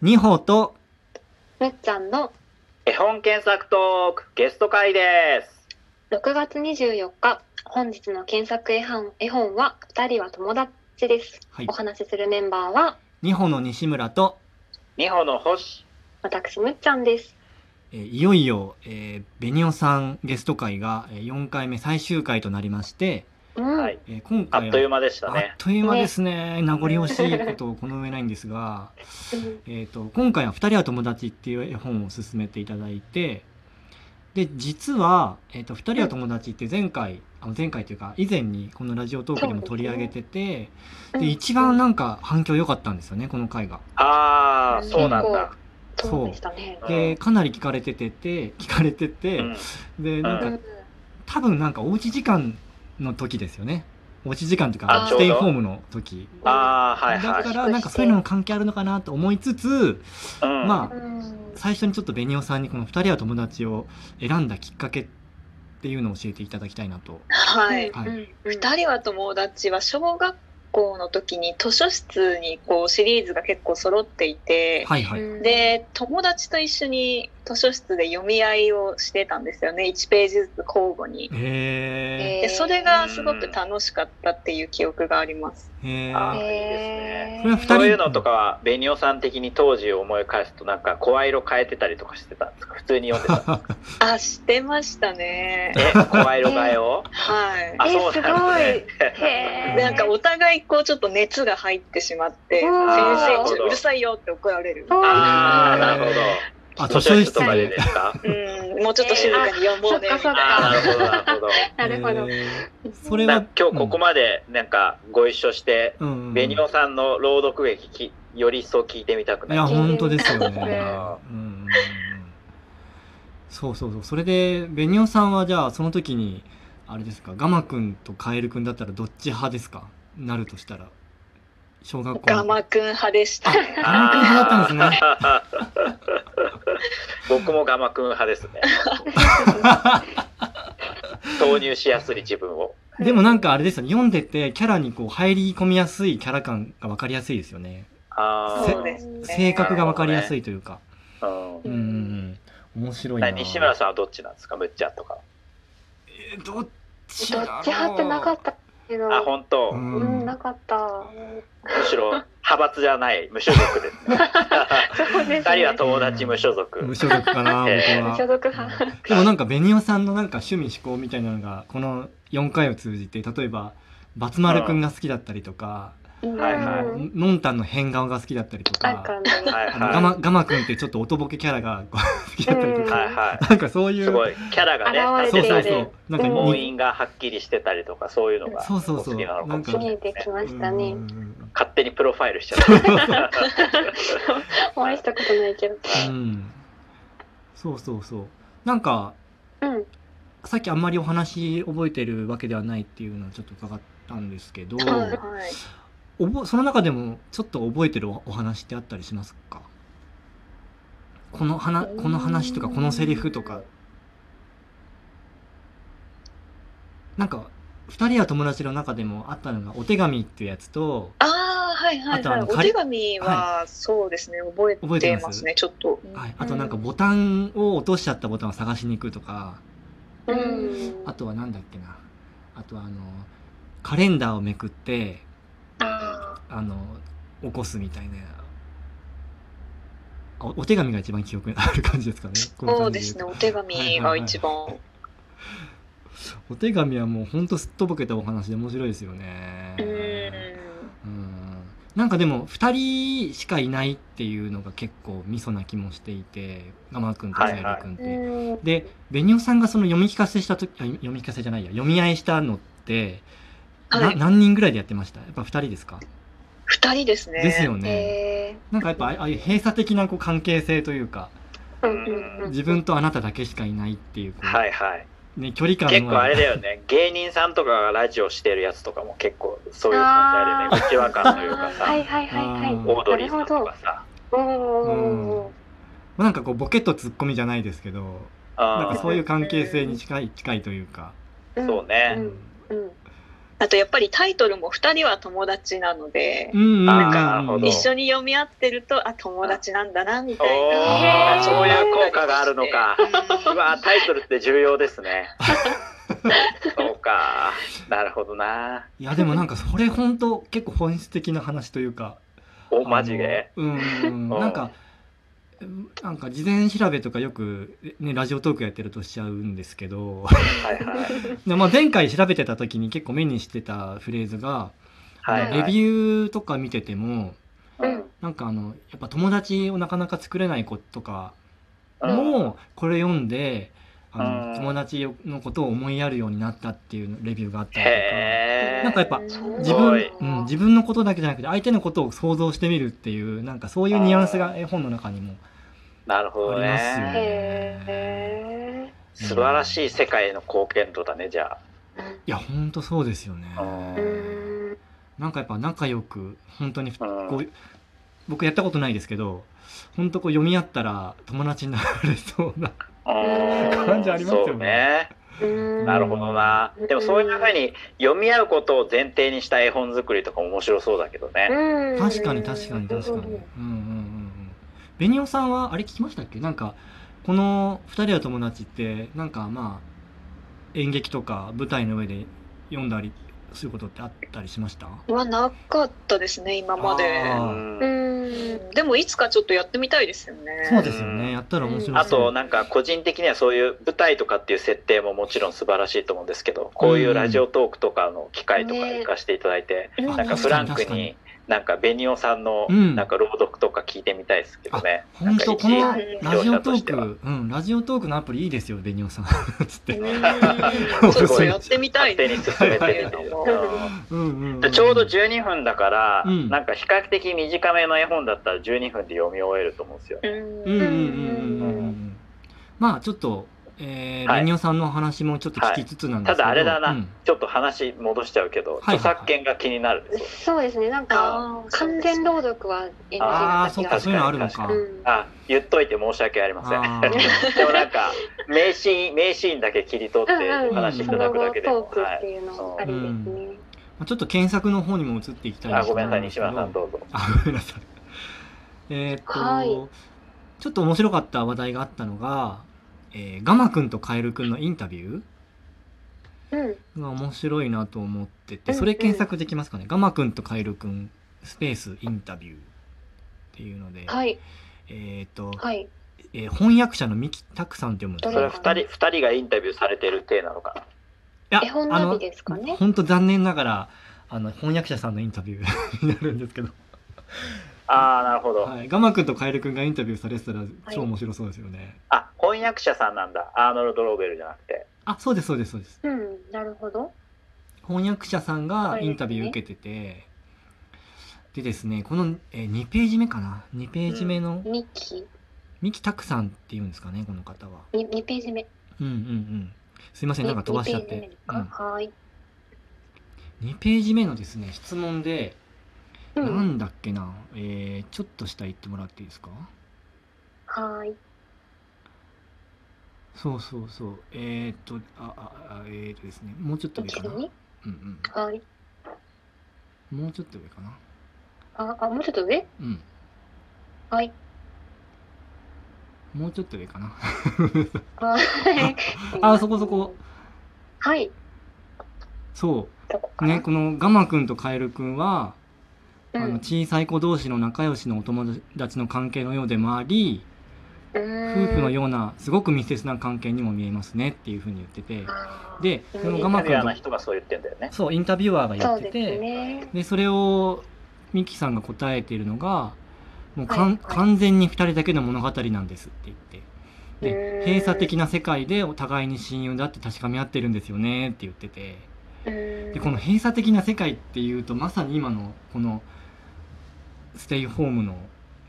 二歩とむっちゃんの絵本検索トークゲスト会です。 6月24日本日の検索絵本絵本は2人は友達です、はいお話しするメンバーは二歩の西村と、二歩の星。私むっちゃんですえーいよいよ、えー、ベニオさんゲスト会がえー4回目最終回となりまして、うん、はい。えー今あ回はっという間でしたあねっ。という間ですね名残惜しい ことをこの上ないんですが、うんえー、と今回は「二人は友達」っていう絵本を進めていただいてで実は「えー、と二人は友達」って前回あの前回というか以前にこのラジオトークでも取り上げててで一番なんか反響良かったんですよねこの回が。ああ、そうなんだ。そうでしたねでかなり聞かれててて聞かれてて、うんでなんうかん多分なんかおうち時間の時ですよねおうち時間というあかちスょうどテイホームの時ああ、はいだかはらなんかそういうのも関係あるのかなと思いつつい。うんまあうん最初にちょっとベニオさんにこの2人は友達を選んだきっかけっていうのを教えていただきたいなと。はい。はいうん二人は友達は小学校の時に図書室にこうシリーズが結構揃っていて、はいはい。うんで、友達と一緒に図書室で読み合いをしてたんですよね。1ページずつ交互に。へえで、それがすごく楽しかったっていう記憶があります。ーへあ ーーへーこれは二人そういうのとかは、ベニオさん的に当時を思い返すと、なんか声色変えてたりとかしてたんですか普通に読んでた。あ、してましたね。 え、声色変えをはい。あ、えそうなんですね。へー でなんかお互いこうちょっと熱が入ってしまって、うん先生にうるさいよって怒られる。うんああ、なるほど。あ図図書書室室とかでで。ですかうん、もうちょっと静かに読もうねえーあみたいな。ああ、なるほど、なる ほど。なるほど、へーそれなんはか今日ここまでなんかご一緒して、うんうんうんベニオさんの朗読劇きより一層聞いてみたくいなやりまし本当ですよね。ねうんうんうんうんそうそうそうそれでベニオさんはじゃあその時にあれですかガマくんとカエルくんだったらどっち派ですかなるとしたら小学校のガマくん派でした。た。ガマくん派だったんですね。あー僕もガマくん派です ね。投入しやすい自分を。でもなんかあれですよね読んでてキャラにこう入り込みやすいキャラ感が分かりやすいですよねあーそうですね。性格が分かりやすいというか、うんううんんうんうん面白いなな西村さんはどっちなんですかむっちゃんとか。えーどっちどだっろうち派ってなかったけどあ、本当。うむんうんなかったしろ派閥じゃない無所属 ですね。そうですね二人は友達無所属。無所属かな僕えーは所属派でもなんかベニオさんのなんか趣味嗜好みたいなのがこの4回を通じて例えばバツマルくんが好きだったりとか、はいはいあののんたんの変顔が好きだったりとなんかかはいあのはい。ガマガマくんってちょっとおとぼけキャラがこう好きだったりとうんか、はいはい。なんかそういうすごいキャラがね、現そうれてそいうるそうなんか婚に姻がはっきりしてたりとかそういうのがそうそうそうお好きなのかもしれ見ないえてですねきましたねうんうん勝手にプロファイルしち ゃった。お会いしたことないけどうんうんそうそうそうなんかうんさっきあんまりお話覚えてるわけではないっていうのをちょっと伺ったんですけど、はいはい。おぼその中でもちょっと覚えてるおお話ってあったりしますかこの話うーんこの話とかこのセリフとかなんか2人は友達の中でもあったのがお手紙っていうやつとああ、はいはあいとあはい。のお手紙はそうですね、覚えてますね、ちょっと。はい、あとなんかボタンを落としちゃったボタンを探しに行くとかううんんあとはなんだっけなあとはあのカレンダーをめくってああの起こすみたいなあおお手紙が一番記憶にある感じです かねこーのそ感うじで言すね、とお手紙が一番。お手紙はもうほんとすっとぼけたお話で面白いですよねうん。うんなんかでも2人しかいないっていうのが結構ミソな気もしていてガマくんとはカいエはいルくんって、うんでベニオさんがその読み聞かせした時あ読み聞かせじゃないや読み合いしたのって、なはい。何人ぐらいでやってましたやっぱ2人ですか、二人ですね。ですよね、えなんかやっぱあああいう閉鎖的なこう関係性というかーうんうんうん自分とあなただけしかいないっていうこう、はいはい。ね、距離感結構あれはだよね、芸人さんとかがラジオしてるやつとかも結構そういう感じあるよね。内輪感というかさ、はいはいはいはあいーオードリなーさんるほとどかさ。おーおーなんかこうボケとツッコミじゃないですけどなんかそういう関係性に近い近いというか、おーうんそううね。んうんうんあとやっぱりタイトルも2人は友達なのでう、んうんうんなんかなるほど一緒に読み合ってると、あ、友達なんだな、みたいおーな。情報そうがいうったりと効か果があるのかして。うわタイトルって重要です ねそうかなるほどないやでもなんかそれ本当結構本質的な話というかおマジであの うんうんなんかうんなんか事前調べとかよく、ね、ラジオトークやってるとしちゃうんですけ どはいはいでまあ前回調べてた時に結構目にしてたフレーズが、はいはいレビューとか見ててもうんなんかあのやっぱ友達をなかなか作れない子とかうんもこれ読んで、あうのん友達のことを思いやるようになったっていうレビューがあったりとか。へえなんかやっぱ自分うん、自分のことだけじゃなくて相手のことを想像してみるっていうなんかそういうニュアンスあがー絵本の中にもなるほどありますよねへ素晴らしい世界への貢献度だねじゃーいやほんとそうですよねあううんんなんかやっぱ仲良く本当にふうんこう僕やったことないですけど本当こう読み合ったら友達になれそうな 感じありますよねそうねうんなるほどなでもそういうふうに読み合うことを前提にした絵本作りとかも面白そうだけどねうん確かに確かに確かにうんうんうんうんベニオさんはあれ聞きましたっけなんかこの2人の友達ってなんかまあ演劇とか舞台の上で読んだりすることってあったりしましたはなかったですね、今まあで。うんうんでもいつかちょっとやってみたいですよね。そうですようんね。やったら面白い。あとなんか個人的にはそういう舞台とかっていう設定ももちろん素晴らしいと思うんですけどこういうラジオトークとかの機会とかね行かせていただいて、うんなんかフランク確かにになんかベニオさんのうんなんか朗読とか聞いてみたいですけどね、な本んか当一このラジオトとしてはーク、うん、ラジオトークのアプリいいですよ、ベニオさん。 つって。 うんちょっとやってみたい勝手でにす。進めてるっていうはのいはいうんうんうんうんでちょうど12分だから、うんなんか比較的短めの絵本だったら12分で読み終えると思うんですよね。うんうんうんうんうんう。うんまあちょっと、えーはいベニオさんの話もちょっと聞きつつなんですけたど。だあれだな、うんちょっと話戻しちゃうけど、はいはいはい著作権が気になるでしょそうですねなんかあー完全朗読は NG あだあ、ったそ気っがか、確そうするいうのあるのか。うんあ言っといて申し訳ありませんあー でもなんか名シーン名シーンだけ切り取ってうんうおん話しいそたのだくだ後けでトも、ークはってい、いうのありですねまあちょっと検索の方にも移っていきたいあごめんなさい西村村さんどうぞあごめんなさい。えーっと、はいちょっと面白かった話題があったのが、えー、ガマくんとカエルくんのインタビュうんーが面白いなと思ってうて、んそれ検索できますかね。ガマくんとカエルくんスペースインタビューっていうので、はいえーっと、はいえー翻訳者の三木拓さんって読むんですそねれは二人二人がインタビューされてる体なのかいや絵本ナビですかねあの本当残念ながら、あの翻訳者さんのインタビュー になるんですけど、なああなるほど、はい、ガマくんとカエルくんがインタビューされてたら超面白そうですよね。あ翻訳者さんなんだアーノルド・ローベルじゃなくてあ、そうです、そうです、そうです。うんなるほど翻訳者さんがインタビュー受けてて、でですね、この、えー2ページ目かな。2ページ目のミキ三木拓さんっていうんですかね、この方は。に二ページ目うんうんうん。すいません、なんか飛ばしちゃっ二ページ目てで。すかはいうん、2ページ目のですね、質問で、うなんんだっけな、えーちょっと下行ってもらっていいですかはいそうそうそう。えー、っと、あ、あ、あえー、っとですね、もうちょっと上かな。うん次うん。はいもうちょっと上かな。ああもうちょっ と上うん。はいもうちょっと上かな。はいあ、そこそこ。はいそう。どこかなね、このガマくんとカエルくんは、うあのん小さい子同士の仲良しのお友達の関係のようでもあり、夫夫婦のようなすごく密接な関係にも見えますねっていうふうに言っててででこのイガンタマビくュアんーなと人がそう言ってんだよねそうインタビュアーが言そっうてでてすねでそれをミキさんが答えているのがもうかんはいはい完全に2人だけの物語なんですって言って。でうん閉鎖的な世界でお互いに親友だって確かめ合ってるんですよねって言っててででこの閉鎖的な世界っていうとまさに今のこのステイホームの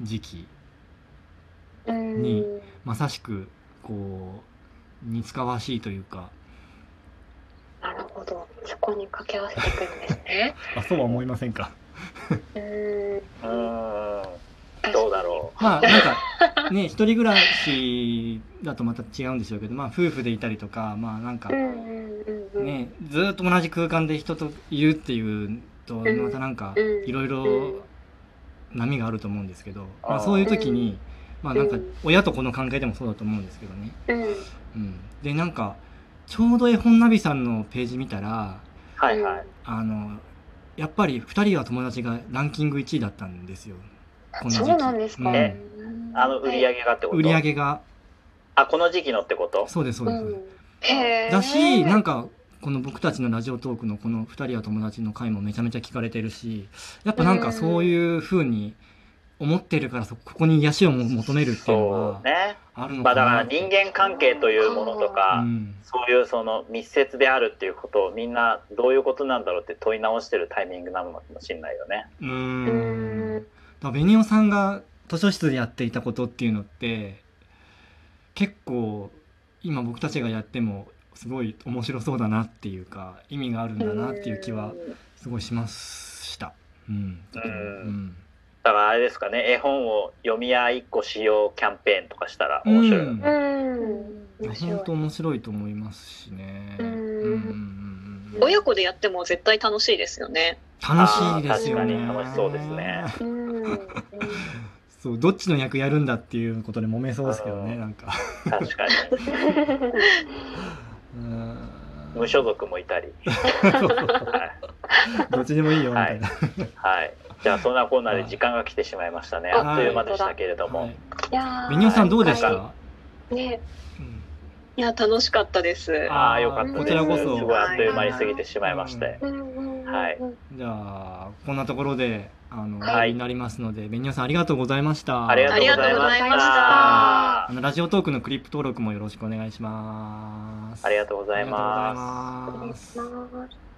時期にまさしくこう似つかわしいというかなるほどそこに掛け合わせてくるんです ねあそうは思いませんかうーんうーんどうだろまあなんかね一 人暮らしだとまた違うんでしょうけどまあ夫婦でいたりとかまあなんかうんうんうんううんね、ずーっと同じ空間で人といるっていうとんまたなんかうんいろいろ波があると思うんですけど、まあ、あーそういう時に、まあなんかうん親と子の関係でもそうだと思うんですけどね、うんうん、でなんかちょうど絵本ナビさんのページ見たらはいはい。あのやっぱり2人は友達がランキング1位だったんですよこの時期そうなんですかうえん、あの売り上げがってこと売り上げがあ、この時期のってことそうですそうです、そうですへえだしなんかこの僕たちのラジオトークのこの「2人は友達」の回もめちゃめちゃ聞かれてるしやっぱなんかそういう風に思ってるからそここに癒しをも求めるっていうのがそうね。あるのまあかだかならって人間関係というものとか、うんそういうその密接であるっていうことをみんなどういうことなんだろうって問い直してるタイミングなのかもしれないよね。ううんんだからベニオさんが図書室でやっていたことっていうのって結構今僕たちがやってもすごい面白そうだなっていうか意味があるんだなっていう気はすごいしました。うん、とてもうんだからあれですかね、絵本を読み屋1個使用キャンペーンとかしたらうん面白いよね。うんうん面白い本当面白いと思いますしね。うんんうんうん親子でやっても絶対楽しいですよね。楽しいですよね。あー確かに楽しそうですね。うんそうどっちの役やるんだっていうことで揉めそうですけどねうんなんか。確 かに。うん 無所属もいたり。はいどっちでもいいよみたいな。はい。じゃあそんなコーナーで時間が来てしまいましたね。はいあっという間でしたけれども。いやーミニオさんどうでした？ねうんいや楽しかったです。ああ、よかったです。こちらこそすごいあっという間に過ぎてしまいまして。うんうんうんはいじゃあこんなところであの、はい終わりになりますのでベニオさんありがとうございました。ありがとうございましたあ。のラジオトークのクリップ登録もよろしくお願いします。ありがとうございます。ありがとうございますお願いします